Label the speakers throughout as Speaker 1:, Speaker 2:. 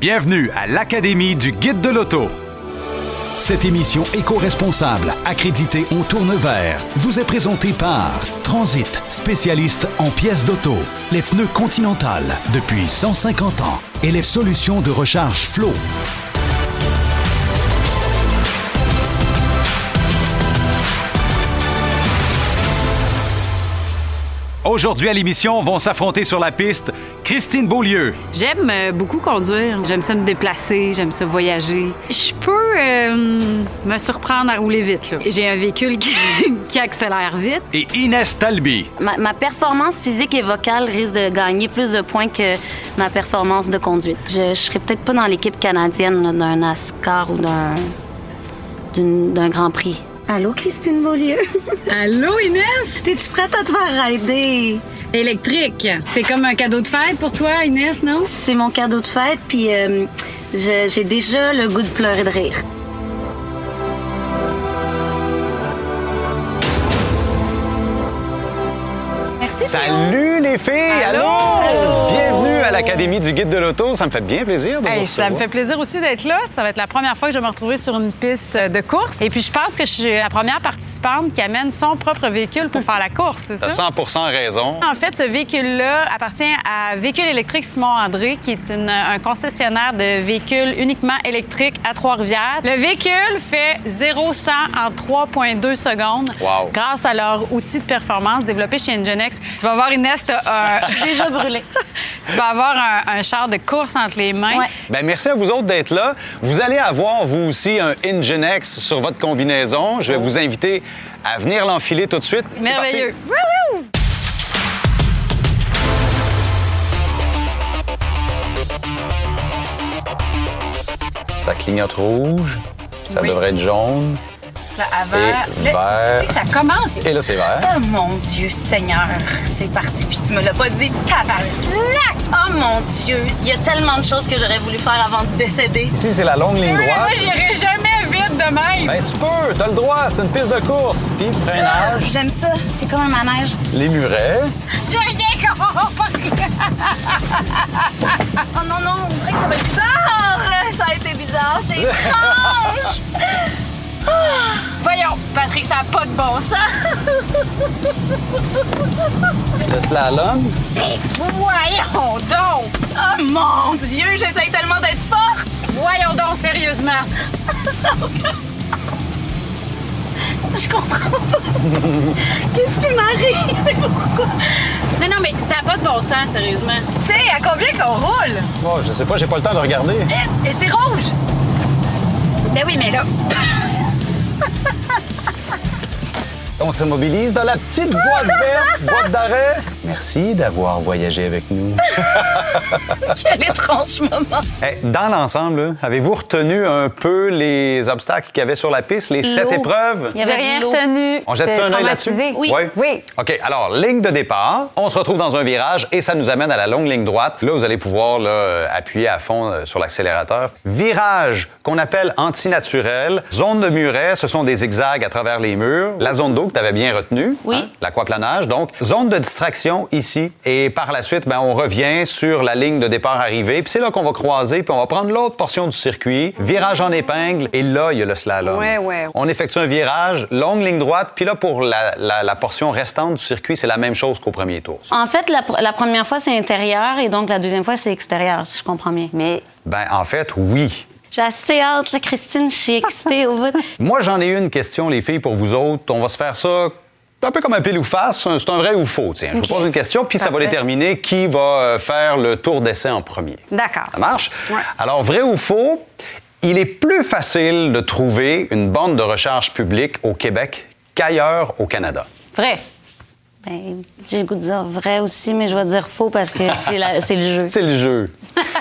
Speaker 1: Bienvenue à l'Académie du Guide de l'Auto.
Speaker 2: Cette émission éco-responsable, accréditée au tourne vert, vous est présentée par Transit, spécialiste en pièces d'auto, les pneus Continental depuis 150 ans et les solutions de recharge Flow.
Speaker 1: Aujourd'hui à l'émission, vont s'affronter sur la piste Christine Beaulieu,
Speaker 3: J'aime euh, beaucoup conduire. J'aime ça me déplacer. J'aime ça voyager. Je peux euh, me surprendre à rouler vite. là. J'ai un véhicule qui, qui accélère vite.
Speaker 1: et Inès Talby.
Speaker 4: Ma, ma performance physique et vocale risque de gagner plus de points que ma performance de conduite. Je, je serais peut-être pas dans l'équipe canadienne là, d'un NASCAR ou d'un d'une- d'un Grand Prix.
Speaker 5: Allô, Christine Beaulieu?
Speaker 3: Allô, Inès!
Speaker 5: T'es-tu prête à te faire rider?
Speaker 3: Électrique. C'est comme un cadeau de fête pour toi, Inès, non?
Speaker 5: C'est mon cadeau de fête, puis euh, je- j'ai déjà le goût de pleurer de rire.
Speaker 1: Salut les filles!
Speaker 6: Allô!
Speaker 1: Bienvenue à l'Académie du Guide de l'Auto. Ça me fait bien plaisir de vous
Speaker 6: Hey, ça
Speaker 1: recevoir.
Speaker 6: me fait plaisir aussi d'être là. Ça va être la première fois que je vais me retrouver sur une piste de course. Et puis, je pense que je suis la première participante qui amène son propre véhicule pour faire la course, c'est ça?
Speaker 1: T'as 100 raison.
Speaker 6: En fait, ce véhicule-là appartient à Véhicule électrique Simon-André, qui est une- un concessionnaire de véhicules uniquement électriques à Trois-Rivières. Le véhicule fait 0-100 en 3,2 secondes
Speaker 1: Wow.
Speaker 6: grâce à leur outil de performance développé chez Ngenex. Tu vas voir, Inès, t'as un-
Speaker 4: Déjà brûlé.
Speaker 6: tu vas avoir un, un char de course entre les mains.
Speaker 4: Ouais.
Speaker 1: Ben, merci à vous autres d'être là. Vous allez avoir, vous aussi, un Ingenex sur votre combinaison. Je vais vous inviter à venir l'enfiler tout de suite. C'est parti.
Speaker 6: Merveilleux.
Speaker 1: Ça clignote rouge. Ça
Speaker 6: Oui.
Speaker 1: devrait être jaune.
Speaker 6: Là, avant.
Speaker 1: Et
Speaker 6: Là,
Speaker 1: vert.
Speaker 6: tu sais que ça commence.
Speaker 1: Et là, c'est vert.
Speaker 5: Oh mon Dieu, Seigneur, c'est parti, puis tu me l'as pas dit. Tabasse! Oh mon Dieu,
Speaker 4: Il y a tellement de choses que j'aurais voulu faire avant.
Speaker 5: de décéder.
Speaker 1: Ici, c'est la longue ligne
Speaker 6: Moi,
Speaker 1: droite.
Speaker 6: j'irai jamais vite de même.
Speaker 1: Ben, tu peux, t'as le droit, c'est une piste de course. Puis, freinage,
Speaker 5: J'aime ça, c'est comme un manège.
Speaker 1: les murets.
Speaker 6: J'ai rien compris.
Speaker 5: Oh non, non, on dirait que ça va être bizarre! Ça a été bizarre, c'est étrange!
Speaker 6: Voyons, Patrick, ça n'a pas de bon sens.
Speaker 1: Le slalom.
Speaker 6: Voyons donc.
Speaker 5: Oh mon Dieu, j'essaye tellement d'être forte!
Speaker 6: Voyons donc, sérieusement.
Speaker 5: Je comprends pas. Qu'est-ce qui m'arrive? Et Pourquoi?
Speaker 6: Non, non, mais ça n'a pas de bon sens, sérieusement.
Speaker 5: Tu sais, à combien qu'on roule?
Speaker 1: Oh, je sais pas, j'ai pas le temps de regarder.
Speaker 5: Et c'est rouge!
Speaker 6: Ben oui, mais là.
Speaker 1: On se mobilise dans la petite boîte verte, boîte d'arrêt. Merci d'avoir voyagé avec nous.
Speaker 5: Quel étrange moment!
Speaker 1: Hey, dans l'ensemble, là, avez-vous retenu un peu les obstacles qu'il y avait sur la piste, les sept
Speaker 4: L'eau.
Speaker 1: épreuves?
Speaker 4: Il y avait de l'eau.
Speaker 1: On jette ça un œil là-dessus?
Speaker 4: Oui.
Speaker 1: oui. OK, alors, ligne de départ. On se retrouve dans un virage et ça nous amène à la longue ligne droite. Là, vous allez pouvoir là, euh, appuyer à fond euh, sur l'accélérateur. Virage qu'on appelle antinaturel. Zone de muret, ce sont des zigzags à travers les murs. La zone d'eau que tu avais bien retenue. hein?
Speaker 4: Oui.
Speaker 1: L'aquaplanage. Donc, zone de distraction ici. Et par la suite, ben, on revient sur la ligne de départ-arrivée. Puis c'est là qu'on va croiser, puis on va prendre l'autre portion du circuit. Virage en épingle. Et là, il y a le slalom.
Speaker 6: Ouais, ouais.
Speaker 1: On effectue un virage, longue ligne droite, puis là, pour la, la- la portion restante du circuit, c'est la même chose qu'au premier tour.
Speaker 4: En fait, la, pr- la première fois, c'est intérieur et donc la deuxième fois, c'est extérieur, si je comprends bien.
Speaker 3: Mais
Speaker 1: Ben, en fait, oui.
Speaker 4: J'ai assez hâte, là, Christine, je suis excitée au bout.
Speaker 1: Moi, j'en ai une question, les filles, pour vous autres. On va se faire ça un peu comme un pile ou face. C'est un vrai ou faux, tiens. Je vous pose une question, puis ça va
Speaker 6: Parfait.
Speaker 1: déterminer qui va euh, faire le tour d'essai en premier.
Speaker 6: D'accord.
Speaker 1: Ça marche?
Speaker 6: Ouais.
Speaker 1: Alors, vrai ou faux, il est plus facile de trouver une bande de recharge publique au Québec qu'ailleurs au Canada.
Speaker 6: Vrai.
Speaker 4: Ben, j'ai le goût de dire vrai aussi, mais je vais dire faux parce que c'est la- c'est le jeu.
Speaker 1: C'est le jeu.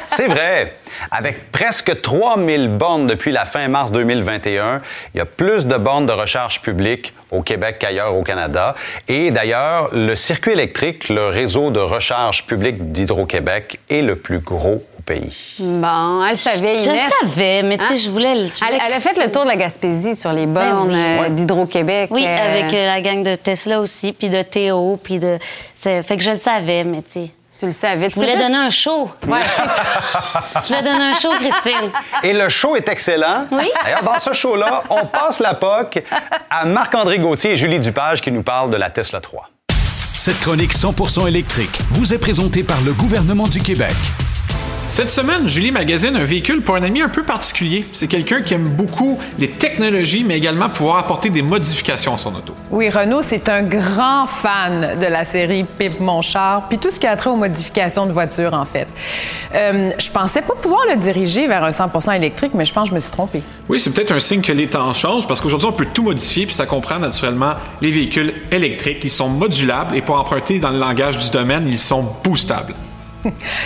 Speaker 1: C'est vrai. Avec presque 3000 bornes depuis la fin mars 2021, il y a plus de bornes de recharge publique au Québec qu'ailleurs au Canada. Et d'ailleurs, le circuit électrique, le réseau de recharge publique d'Hydro-Québec, est le plus gros au pays.
Speaker 3: bon, elle savait,
Speaker 4: Je
Speaker 3: Inès.
Speaker 4: savais, mais tu sais,
Speaker 3: Hein?
Speaker 4: je voulais le. je
Speaker 3: Elle,
Speaker 4: voulais
Speaker 3: elle a fait le tour de la Gaspésie sur les bornes
Speaker 4: oui.
Speaker 3: euh, d'Hydro-Québec.
Speaker 4: Oui,
Speaker 3: euh,
Speaker 4: avec euh, la gang de Tesla aussi, puis de Théo, puis de. c'est- Fait que je le savais, mais tu sais.
Speaker 6: Tu le sais vite.
Speaker 4: Je voulais donner un show. Je voulais donner un show, Christine.
Speaker 1: Et le show est excellent.
Speaker 4: Oui.
Speaker 1: D'ailleurs, dans ce show-là, on passe la POC à Marc-André Gauthier et Julie Dupage qui nous parlent de la Tesla 3.
Speaker 7: Cette chronique 100% électrique vous est présentée par le gouvernement du Québec.
Speaker 8: Cette semaine, Julie magasine un véhicule pour un ami un peu particulier. C'est quelqu'un qui aime beaucoup les technologies, mais également pouvoir apporter des modifications à son auto.
Speaker 6: Oui, Renaud, c'est un grand fan de la série Pimp mon char, puis tout ce qui a trait aux modifications de voitures, en fait. Euh, je pensais pas pouvoir le diriger vers un 100% électrique, mais je pense que je me suis trompée.
Speaker 8: Oui, c'est peut-être un signe que les temps changent parce qu'aujourd'hui, on peut tout modifier, puis ça comprend naturellement les véhicules électriques. Ils sont modulables et pour emprunter dans le langage du domaine, ils sont boostables.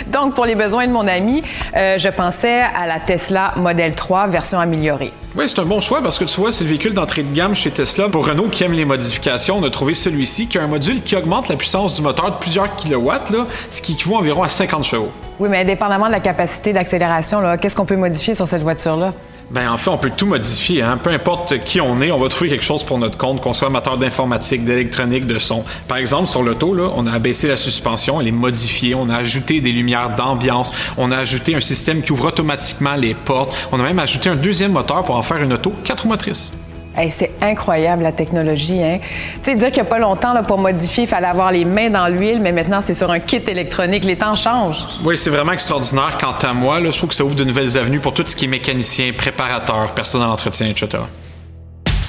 Speaker 6: Donc, pour les besoins de mon ami, euh, je pensais à la Tesla Model 3 version améliorée.
Speaker 8: Oui, c'est un bon choix parce que tu vois, c'est le véhicule d'entrée de gamme chez Tesla. Pour Renault qui aime les modifications, on a trouvé celui-ci qui a un module qui augmente la puissance du moteur de plusieurs kilowatts, là, ce qui équivaut environ à 50 chevaux.
Speaker 6: Oui, mais indépendamment de la capacité d'accélération, là, qu'est-ce qu'on peut modifier sur cette voiture-là?
Speaker 8: Ben en fait, on peut tout modifier. Hein? Peu importe qui on est, on va trouver quelque chose pour notre compte, qu'on soit amateur d'informatique, d'électronique, de son. Par exemple, sur l'auto, là, on a abaissé la suspension, elle est modifiée, on a ajouté des lumières d'ambiance, on a ajouté un système qui ouvre automatiquement les portes, on a même ajouté un deuxième moteur pour en faire une auto quatre roues motrices.
Speaker 6: Hey, c'est incroyable la technologie, hein? Tu sais, dire qu'il n'y a pas longtemps, là, pour modifier, il fallait avoir les mains dans l'huile, mais maintenant, c'est sur un kit électronique. Les temps changent.
Speaker 8: Oui, c'est vraiment extraordinaire. Quant à moi, là, je trouve que ça ouvre de nouvelles avenues pour tout ce qui est mécanicien, préparateur, personnel d'entretien, etc.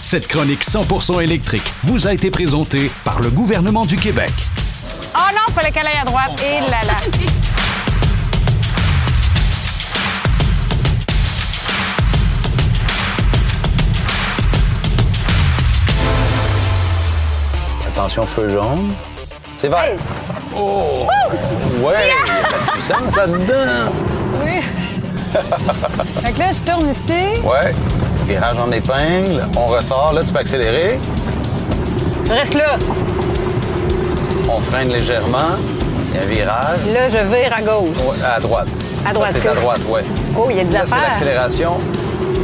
Speaker 7: Cette chronique 100% électrique vous a été présentée par le gouvernement du Québec.
Speaker 9: Oh non, faut le caler à droite. Et là là.
Speaker 1: Attention, feu jaune. C'est vert. Oh! Ouais! Il y a de la puissance là-dedans! hein?
Speaker 9: Oui. fait que là, je tourne ici.
Speaker 1: Ouais. Virage en épingle. On ressort. Là, tu peux accélérer.
Speaker 9: Reste là.
Speaker 1: On freine légèrement. Il y a un virage.
Speaker 9: Là, je vire à gauche.
Speaker 1: Ouais, à droite.
Speaker 9: À droite,
Speaker 1: Ça, C'est
Speaker 9: que-
Speaker 1: à droite, ouais.
Speaker 9: Oh, il y a des
Speaker 1: Là, c'est
Speaker 9: affaires.
Speaker 1: l'accélération.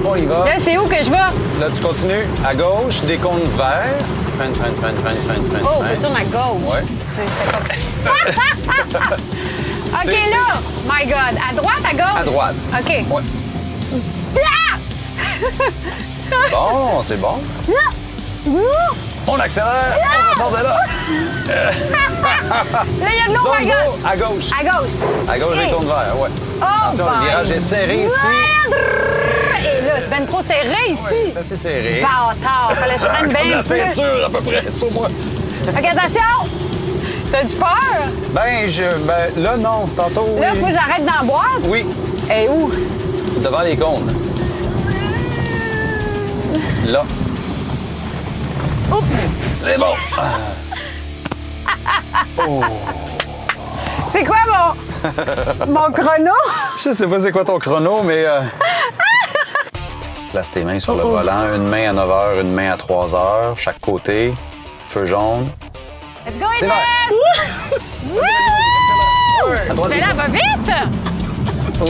Speaker 1: On y va.
Speaker 9: Là, c'est où que je vais?
Speaker 1: Là, tu continues. À gauche, décompte vert. Freine, freine, freine, freine, freine, freine.
Speaker 9: Oh,
Speaker 1: freine.
Speaker 9: je tourne à gauche.
Speaker 1: Ouais.
Speaker 9: C'est- c'est pas- OK,
Speaker 1: C'est-
Speaker 9: là. My God. À droite, à gauche?
Speaker 1: À droite.
Speaker 9: OK.
Speaker 1: Ouais.
Speaker 9: Ah
Speaker 1: Bon, c'est bon. On accélère. On ressort de là.
Speaker 9: Là, il y a de l'eau,
Speaker 1: Zone
Speaker 9: my God. Oh,
Speaker 1: d'eau, à gauche.
Speaker 9: À gauche.
Speaker 1: À gauche,
Speaker 9: Hey.
Speaker 1: décompte vert. Ouais. Attention,
Speaker 9: my
Speaker 1: le virage est serré ici.
Speaker 9: Et là, c'est ben trop serré ici.
Speaker 1: C'est assez serré. Ah,
Speaker 9: Bâtard, fallait que Bah, ben, je prenne
Speaker 1: Comme
Speaker 9: bien
Speaker 1: la
Speaker 9: plus.
Speaker 1: ceinture, à peu près, sur moi.
Speaker 9: OK, attention! T'as du peur?
Speaker 1: Ben, je, ben, là, non. Tantôt, oui.
Speaker 9: Là, faut que j'arrête d'en boire.
Speaker 1: Oui,
Speaker 9: Et où?
Speaker 1: devant les cônes. Là. C'est bon.
Speaker 9: C'est quoi mon, mon chrono?
Speaker 1: Je sais pas c'est quoi ton chrono, mais... euh, Place tes mains sur
Speaker 9: Oh,
Speaker 1: le volant. Une main à 9 h, une main à 3 h. Chaque côté. Feu jaune.
Speaker 9: Let's go,
Speaker 1: C'est
Speaker 9: Inès! Wouh!
Speaker 1: À droite,
Speaker 9: Mais là, va vite!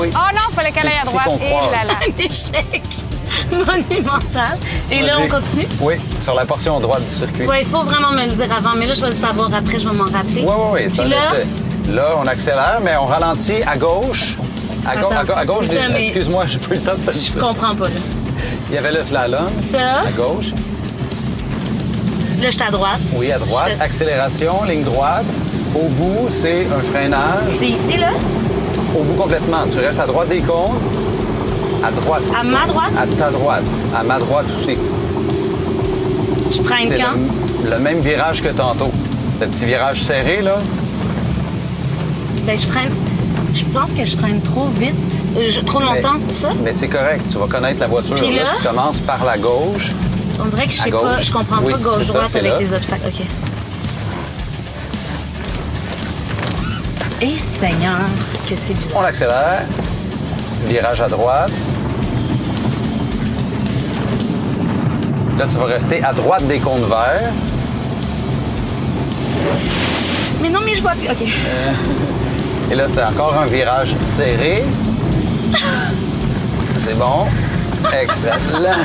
Speaker 1: Oui.
Speaker 9: Oh non, fallait qu'elle aille à
Speaker 1: C'est ici
Speaker 9: droite.
Speaker 1: qu'on
Speaker 9: Et
Speaker 1: croise.
Speaker 9: là là.
Speaker 4: Un échec monumental. Et là, on continue.
Speaker 1: Oui, sur la portion droite du circuit.
Speaker 4: Ouais, il faut vraiment me le dire avant, mais là, je vais le savoir après, je vais m'en
Speaker 1: Oui,
Speaker 4: rappeler.
Speaker 1: oui, oui, c'est un
Speaker 4: Puis là,
Speaker 1: essai. Là, on accélère, mais on ralentit à gauche. À, gau-
Speaker 4: Attends,
Speaker 1: à gau- à gauche,
Speaker 4: c'est ça,
Speaker 1: des-
Speaker 4: mais-
Speaker 1: excuse-moi, j'ai pas eu le temps de te
Speaker 4: je
Speaker 1: dire.
Speaker 4: comprends pas. Là,
Speaker 1: Il y avait le slalom.
Speaker 4: Ça.
Speaker 1: À gauche.
Speaker 4: là je suis à droite.
Speaker 1: Oui, à droite.
Speaker 4: Je-
Speaker 1: Accélération, ligne droite. Au bout, c'est un freinage.
Speaker 4: C'est ici, là?
Speaker 1: Au bout complètement. Tu restes à droite des cônes. À droite.
Speaker 4: À ma droite?
Speaker 1: À ta droite. À ma droite aussi.
Speaker 4: Je prends une
Speaker 1: C'est
Speaker 4: camp.
Speaker 1: le, le même virage que tantôt. Le petit virage serré, là.
Speaker 4: Ben, je freine. Je pense que je freine trop vite. Euh, je- Trop
Speaker 1: Mais-
Speaker 4: longtemps, c'est tout ça?
Speaker 1: Mais c'est correct. Tu vas connaître la voiture.
Speaker 4: Puis là?
Speaker 1: Tu commences par la gauche.
Speaker 4: On dirait que je
Speaker 1: À
Speaker 4: sais
Speaker 1: gauche.
Speaker 4: pas, je comprends
Speaker 1: Oui,
Speaker 4: pas
Speaker 1: c'est ça,
Speaker 4: gauche-droite
Speaker 1: c'est
Speaker 4: avec
Speaker 1: là.
Speaker 4: les obstacles. OK. Et Seigneur, que c'est bizarre.
Speaker 1: On accélère. Virage à droite. Là, tu vas rester à droite des cônes verts.
Speaker 4: Mais non, mais je vois plus. OK.
Speaker 1: Et là, c'est encore un virage serré. C'est bon. Excellent.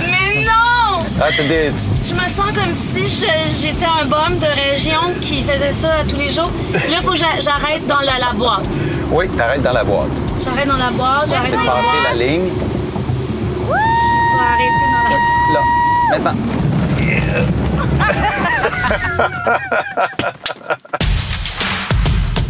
Speaker 4: Mais non!
Speaker 1: Ah, t'as des- tu-
Speaker 4: Je me sens comme si je- j'étais un bum de région qui faisait ça à tous les jours. Puis là, il faut que j'a- j'arrête dans la, la boîte.
Speaker 1: Oui, t'arrêtes dans la boîte.
Speaker 4: J'arrête dans la boîte, j'arrête
Speaker 1: C'est
Speaker 4: dans
Speaker 1: de
Speaker 4: la boîte.
Speaker 1: passer la ligne.
Speaker 4: Faut arrêter dans la boîte.
Speaker 1: Là, maintenant.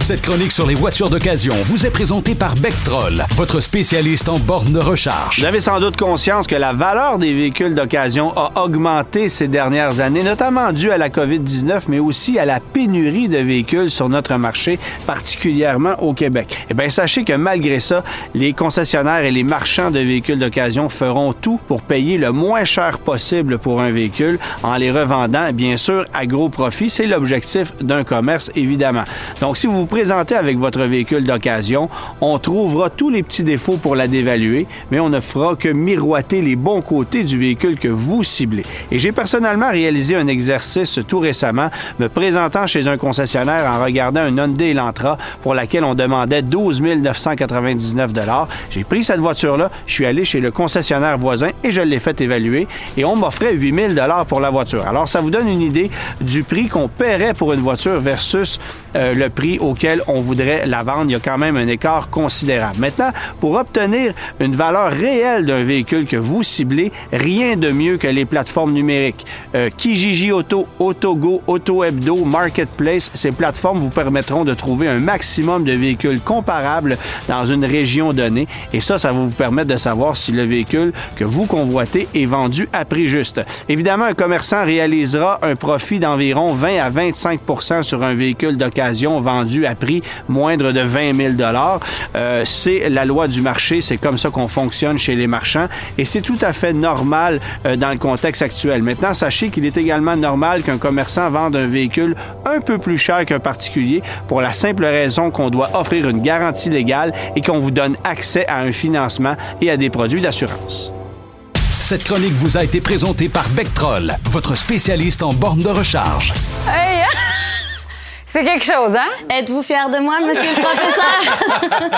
Speaker 2: Cette chronique sur les voitures d'occasion vous est présentée par Bectrol, votre spécialiste en borne de recharge.
Speaker 7: Vous avez sans doute conscience que la valeur des véhicules d'occasion a augmenté ces dernières années, notamment due à la COVID-19, mais aussi à la pénurie de véhicules sur notre marché, particulièrement au Québec. Eh bien, sachez que malgré ça, les concessionnaires et les marchands de véhicules d'occasion feront tout pour payer le moins cher possible pour un véhicule en les revendant, bien sûr, à gros profit. C'est l'objectif d'un commerce, évidemment. Donc, si vous vous présentez avec votre véhicule d'occasion, on trouvera tous les petits défauts pour la dévaluer, mais on ne fera que miroiter les bons côtés du véhicule que vous ciblez. Et j'ai personnellement réalisé un exercice tout récemment, me présentant chez un concessionnaire en regardant un Hyundai Elantra pour laquelle on demandait 12 999 J'ai pris cette voiture-là, je suis allé chez le concessionnaire voisin et je l'ai fait évaluer et on m'offrait 8 000 pour la voiture. Alors, ça vous donne une idée du prix qu'on paierait pour une voiture versus euh, le prix auquel on voudrait la vendre. Il y a quand même un écart considérable. Maintenant, pour obtenir une valeur réelle d'un véhicule que vous ciblez, rien de mieux que les plateformes numériques. Euh, Kijiji Auto, Autogo, AutoHebdo, Marketplace, ces plateformes vous permettront de trouver un maximum de véhicules comparables dans une région donnée. Et ça, ça va vous permettre de savoir si le véhicule que vous convoitez est vendu à prix juste. Évidemment, un commerçant réalisera un profit d'environ 20 à 25 sur un véhicule d'occasion vendu à prix moindre de 20 000 Euh, C'est la loi du marché, c'est comme ça qu'on fonctionne chez les marchands et c'est tout à fait normal euh, dans le contexte actuel. Maintenant, sachez qu'il est également normal qu'un commerçant vende un véhicule un peu plus cher qu'un particulier pour la simple raison qu'on doit offrir une garantie légale et qu'on vous donne accès à un financement et à des produits d'assurance.
Speaker 2: Cette chronique vous a été présentée par Bectrol, votre spécialiste en borne de recharge.
Speaker 6: Hey, hein? C'est quelque chose, hein?
Speaker 4: Êtes-vous fier de moi, monsieur le professeur?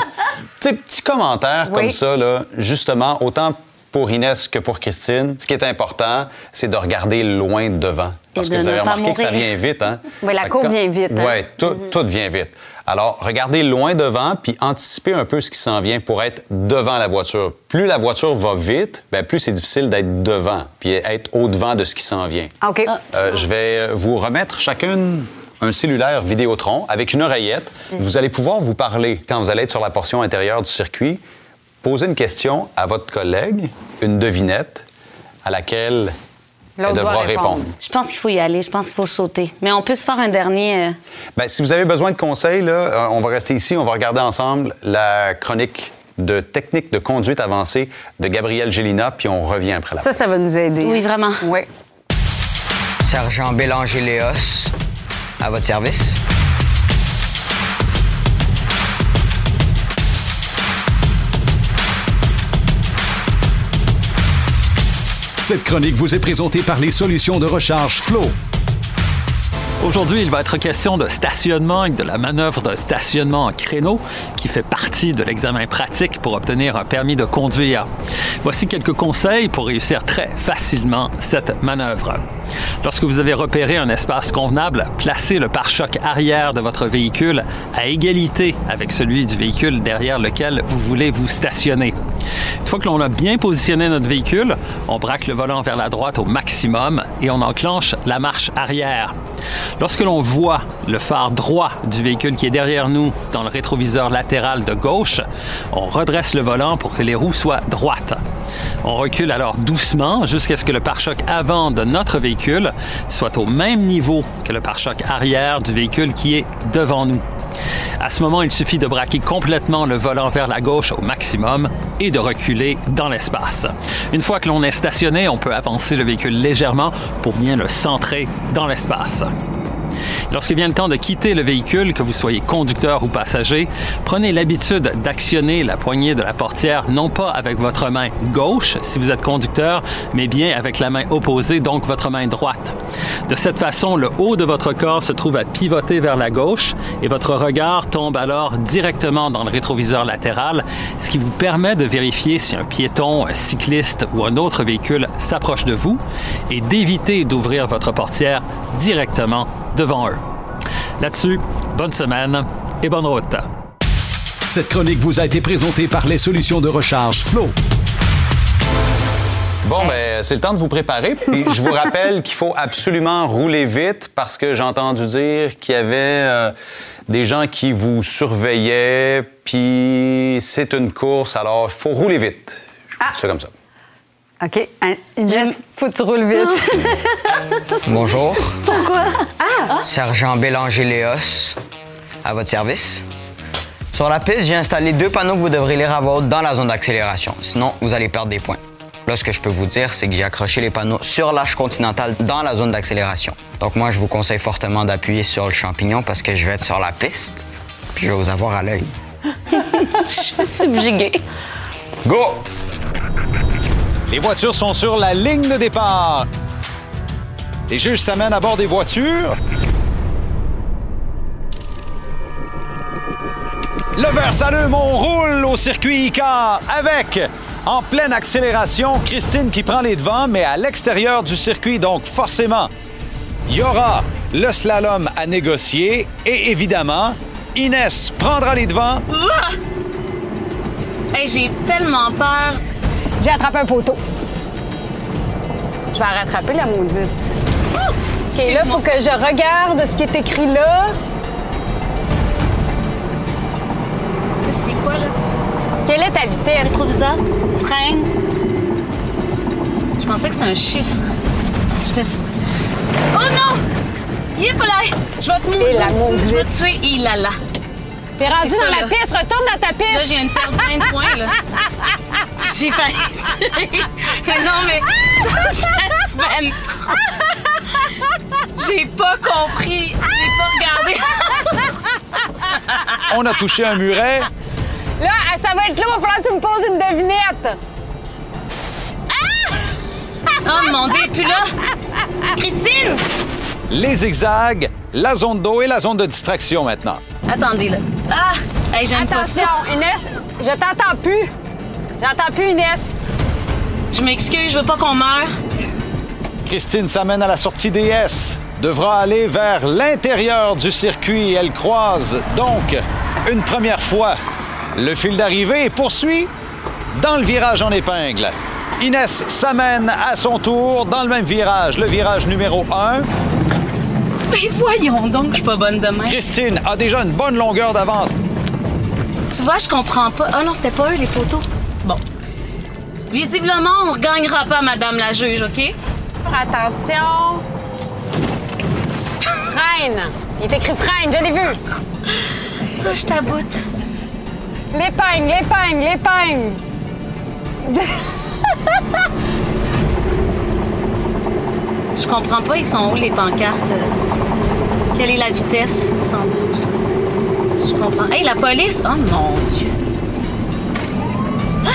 Speaker 1: Tu sais, petit commentaire
Speaker 6: Oui.
Speaker 1: comme ça, là, justement, autant pour Inès que pour Christine, ce qui est important, c'est de regarder loin devant. Parce
Speaker 4: Et
Speaker 1: que
Speaker 4: de
Speaker 1: vous avez
Speaker 4: ne pas
Speaker 1: remarqué que ça
Speaker 4: mourir.
Speaker 1: vient vite, hein?
Speaker 6: Oui, la courbe vient vite, hein?
Speaker 1: Oui, tout, tout vient vite. Alors, regardez loin devant, puis anticipez un peu ce qui s'en vient pour être devant la voiture. Plus la voiture va vite, ben, plus c'est difficile d'être devant, puis être au-devant de ce qui s'en vient.
Speaker 9: Ah,
Speaker 6: OK.
Speaker 5: Ah.
Speaker 1: Euh, je vais vous remettre chacune un cellulaire Vidéotron avec une oreillette. Vous allez pouvoir vous parler quand vous allez être sur la portion intérieure du circuit. Posez une question à votre collègue, une devinette à laquelle elle
Speaker 6: L'autre doit
Speaker 1: devra
Speaker 6: répondre.
Speaker 1: répondre.
Speaker 4: Je pense qu'il faut y aller, je pense qu'il faut sauter. Mais on peut se faire un dernier. euh,
Speaker 1: Ben, si vous avez besoin de conseils, là, euh, on va rester ici, on va regarder ensemble la chronique de technique de conduite avancée de Gabriel Gélina, puis on revient après la
Speaker 6: Ça, ça va nous aider.
Speaker 4: Oui, vraiment.
Speaker 6: Oui.
Speaker 10: Sergent Bélanger Léos, à votre service.
Speaker 2: Cette chronique vous est présentée par les solutions de recharge Flow.
Speaker 11: Aujourd'hui, il va être question de stationnement et de la manœuvre de stationnement en créneau qui fait partie de l'examen pratique pour obtenir un permis de conduire. Voici quelques conseils pour réussir très facilement cette manœuvre. Lorsque vous avez repéré un espace convenable, placez le pare-choc arrière de votre véhicule à égalité avec celui du véhicule derrière lequel vous voulez vous stationner. Une fois que l'on a bien positionné notre véhicule, on braque le volant vers la droite au maximum et on enclenche la marche arrière. Lorsque l'on voit le phare droit du véhicule qui est derrière nous dans le rétroviseur latéral de gauche, on redresse le volant pour que les roues soient droites. On recule alors doucement jusqu'à ce que le pare-choc avant de notre véhicule soit au même niveau que le pare-choc arrière du véhicule qui est devant nous. À ce moment, il suffit de braquer complètement le volant vers la gauche au maximum et de reculer dans l'espace. Une fois que l'on est stationné, on peut avancer le véhicule légèrement pour bien le centrer dans l'espace. Lorsque vient le temps de quitter le véhicule, que vous soyez conducteur ou passager, prenez l'habitude d'actionner la poignée de la portière non pas avec votre main gauche si vous êtes conducteur, mais bien avec la main opposée, donc votre main droite. De cette façon, le haut de votre corps se trouve à pivoter vers la gauche et votre regard tombe alors directement dans le rétroviseur latéral, ce qui vous permet de vérifier si un piéton, un cycliste ou un autre véhicule s'approche de vous et d'éviter d'ouvrir votre portière directement devant eux. Là-dessus, bonne semaine et bonne route.
Speaker 2: Cette chronique vous a été présentée par les solutions de recharge Flow.
Speaker 1: Bon, ben, c'est le temps de vous préparer. Puis je vous rappelle qu'il faut absolument rouler vite parce que j'ai entendu dire qu'il y avait euh, des gens qui vous surveillaient. Puis c'est une course, alors il faut rouler vite. Je fais ça comme ça.
Speaker 9: OK. Un- Une geste, faut que tu roules
Speaker 4: Ah.
Speaker 9: vite.
Speaker 10: Bonjour.
Speaker 9: Pourquoi? Ah!
Speaker 10: Sergent Bélanger Léos, à votre service. Sur la piste, j'ai installé deux panneaux que vous devrez lire à voix haute dans la zone d'accélération. Sinon, vous allez perdre des points. Là, ce que je peux vous dire, c'est que j'ai accroché les panneaux sur l'arche continentale dans la zone d'accélération. Donc, moi, je vous conseille fortement d'appuyer sur le champignon parce que je vais être sur la piste. Puis, je vais vous avoir à l'œil.
Speaker 4: Je suis subjuguée.
Speaker 10: Go!
Speaker 1: Les voitures sont sur la ligne de départ. Les juges s'amènent à bord des voitures. Leveur s'allume, on roule au circuit Icar avec, en pleine accélération, Christine qui prend les devants, mais à l'extérieur du circuit, donc forcément, il y aura le slalom à négocier et évidemment, Inès prendra les devants.
Speaker 5: Ah! Hey, j'ai tellement peur.
Speaker 9: J'ai attrapé un poteau. Je vais la rattraper, la maudite. OK, là, faut que je regarde ce qui est écrit là.
Speaker 5: C'est quoi, là?
Speaker 9: Quelle est ta vitesse?
Speaker 5: Rétroviseur, freine. Je pensais que c'était un chiffre. J'étais. su- Oh non! Il est pas là! Je vais te mou- je vais te tuer. Je vais te tuer. Il a là.
Speaker 9: T'es rendu
Speaker 5: C'est
Speaker 9: dans
Speaker 5: ça,
Speaker 9: ma
Speaker 5: là.
Speaker 9: piste, retourne dans ta piste.
Speaker 5: Là, j'ai une perte plein de points, là. J'ai failli. non, mais. Cette semaine trop. J'ai pas compris. J'ai pas regardé.
Speaker 1: On a touché un muret.
Speaker 9: Là, ah, ça va être là, il va falloir que tu me poses une devinette.
Speaker 5: Oh mon dieu, puis là. Christine!
Speaker 1: Les zigzags, la zone d'eau et la zone de distraction maintenant.
Speaker 5: Attendez, là. Ah! Hey, j'aime pas ça.
Speaker 9: Attention, Inès, je t'entends plus. J'entends plus Inès.
Speaker 5: Je m'excuse, je veux pas qu'on meure.
Speaker 1: Christine s'amène à la sortie DS, devra aller vers l'intérieur du circuit. Elle croise donc une première fois le fil d'arrivée et poursuit dans le virage en épingle. Inès s'amène à son tour dans le même virage, le virage numéro 1.
Speaker 5: Mais Ben, voyons donc, je suis pas bonne demain.
Speaker 1: Christine a déjà une bonne longueur d'avance.
Speaker 5: Tu vois, je comprends pas. Ah non, c'était pas eux, les poteaux. Bon. Visiblement, on regagnera pas, Madame la juge, OK?
Speaker 9: Attention. Freine. Il est écrit freine, je l'ai vu.
Speaker 5: je t'aboute.
Speaker 9: L'épingle, l'épingle, l'épingle.
Speaker 5: Je comprends pas, ils sont où les pancartes? euh, Quelle est la vitesse? 112. Je comprends. Hey, la police! Oh mon Dieu! Ah!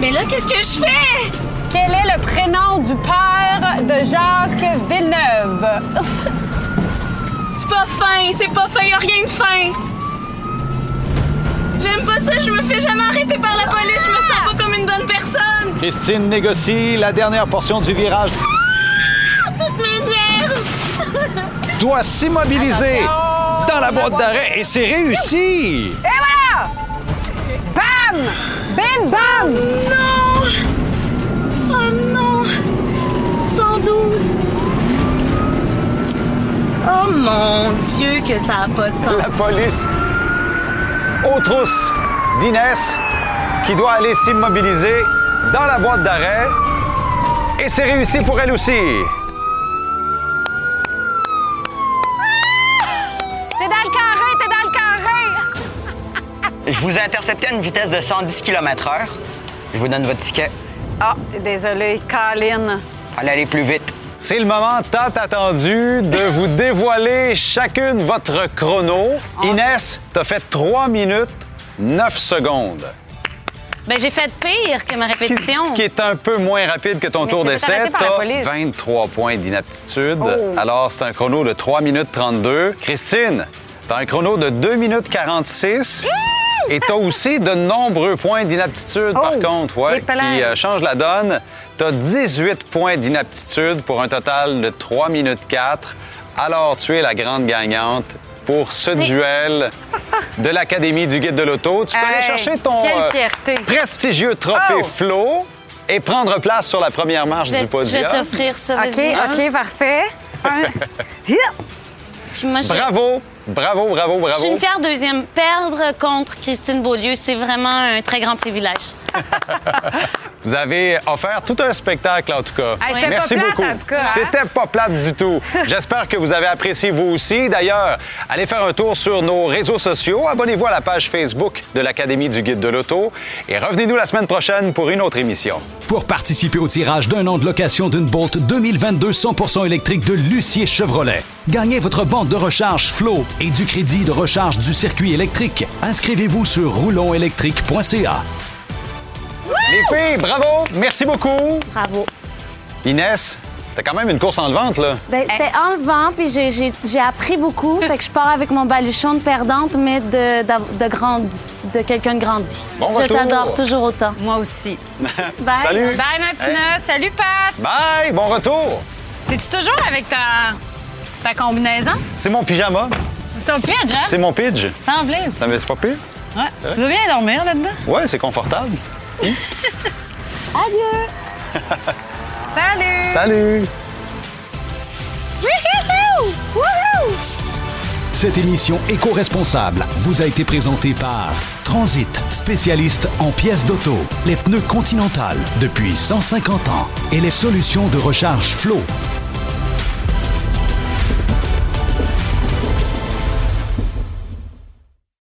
Speaker 5: Mais là, qu'est-ce que je fais?
Speaker 9: Quel est le prénom du père de Jacques Villeneuve?
Speaker 5: C'est pas fin, c'est pas fin, y a rien de fin! J'aime pas ça, je me fais jamais arrêter par la police, je me sens pas comme une bonne personne!
Speaker 1: Christine négocie la dernière portion du virage,
Speaker 5: Ah, toutes mes nerfs!
Speaker 1: doit s'immobiliser dans la boîte d'arrêt et c'est réussi.
Speaker 9: Et voilà! Bam! Bim bam!
Speaker 5: Non! Oh non! 112! Oh mon Dieu, que ça a pas de sens!
Speaker 1: La police aux trousses d'Inès qui doit aller s'immobiliser dans la boîte d'arrêt. Et c'est réussi pour elle aussi.
Speaker 9: T'es dans le carré, t'es dans le carré!
Speaker 10: Je vous ai intercepté à une vitesse de 110 km/h. Je vous donne votre ticket.
Speaker 9: Ah, désolé, Colin.
Speaker 11: Fallait aller plus vite.
Speaker 1: C'est le moment tant attendu de vous dévoiler chacune votre chrono. Inès, t'as fait 3 minutes 9 secondes.
Speaker 4: Ben, j'ai fait pire que ma
Speaker 1: Ce qui-
Speaker 4: répétition.
Speaker 1: Ce qui est un peu moins rapide que ton tour
Speaker 4: t'es fait
Speaker 1: d'essai.
Speaker 4: arrêter par la
Speaker 1: T'as
Speaker 4: police.
Speaker 1: 23 points d'inaptitude. Alors, c'est un chrono de 3 minutes 32. Christine, t'as un chrono de 2 minutes 46. Et t'as aussi de nombreux points d'inaptitude, par contre, ouais, qui euh, changent la donne. T'as 18 points d'inaptitude pour un total de 3 minutes 4. Alors, tu es la grande gagnante pour ce duel de l'Académie du Guide de l'Auto. Tu peux aller
Speaker 12: Hey,
Speaker 1: chercher ton
Speaker 12: quelle
Speaker 1: euh,
Speaker 12: fierté.
Speaker 1: prestigieux trophée Flo et prendre place sur la première marche
Speaker 4: Je vais-
Speaker 1: du podium.
Speaker 4: Je vais t'offrir ça.
Speaker 12: OK,
Speaker 4: vas-y.
Speaker 9: Ah. hein.
Speaker 12: OK, parfait. Un-
Speaker 4: Puis moi, je-
Speaker 1: Bravo, bravo, bravo,
Speaker 4: Je suis
Speaker 1: bravo.
Speaker 4: une fière deuxième. Perdre contre Christine Beaulieu, c'est vraiment un très grand privilège.
Speaker 1: Vous avez offert tout un spectacle, en tout cas.
Speaker 9: Hey, Ah, c'était
Speaker 1: Merci
Speaker 9: pas plate,
Speaker 1: beaucoup.
Speaker 9: en tout cas, hein?
Speaker 1: C'était pas plate du tout. J'espère que vous avez apprécié vous aussi. D'ailleurs, allez faire un tour sur nos réseaux sociaux. Abonnez-vous à la page Facebook de l'Académie du Guide de l'Auto. Et revenez-nous la semaine prochaine pour une autre émission.
Speaker 7: Pour participer au tirage d'un an de location d'une Bolt 2022 100% électrique de Lucier Chevrolet, gagnez votre bande de recharge Flow et du crédit de recharge du circuit électrique. Inscrivez-vous sur roulonélectrique.ca.
Speaker 1: Les filles, bravo. Merci beaucoup.
Speaker 4: Bravo.
Speaker 1: Inès, t'as quand même une course en levante, là.
Speaker 4: Ben, C'était enlevant, puis j'ai- j'ai j'ai appris beaucoup. fait que je pars avec mon baluchon de perdante, mais de, d'av- de, grand- de quelqu'un de grandi.
Speaker 1: Bon
Speaker 4: je
Speaker 1: retour.
Speaker 4: t'adore toujours autant.
Speaker 9: Moi aussi.
Speaker 4: Bye.
Speaker 1: Salut.
Speaker 9: Bye, ma pinotte. Salut, Pat.
Speaker 1: Bye, bon retour.
Speaker 9: T'es-tu toujours avec ta, ta combinaison?
Speaker 1: C'est mon pyjama.
Speaker 9: C'est au pire, Jeff.
Speaker 1: C'est mon pidge.
Speaker 9: Semblait aussi.
Speaker 1: Ça me laisse pas pire?
Speaker 9: Ouais. Tu veux bien dormir là-dedans?
Speaker 1: Ouais, c'est confortable. Hein?
Speaker 9: Salut!
Speaker 1: Salut!
Speaker 7: Cette émission éco-responsable vous a été présentée par Transit, spécialiste en pièces d'auto, les pneus Continental depuis 150 ans et les solutions de recharge Flow.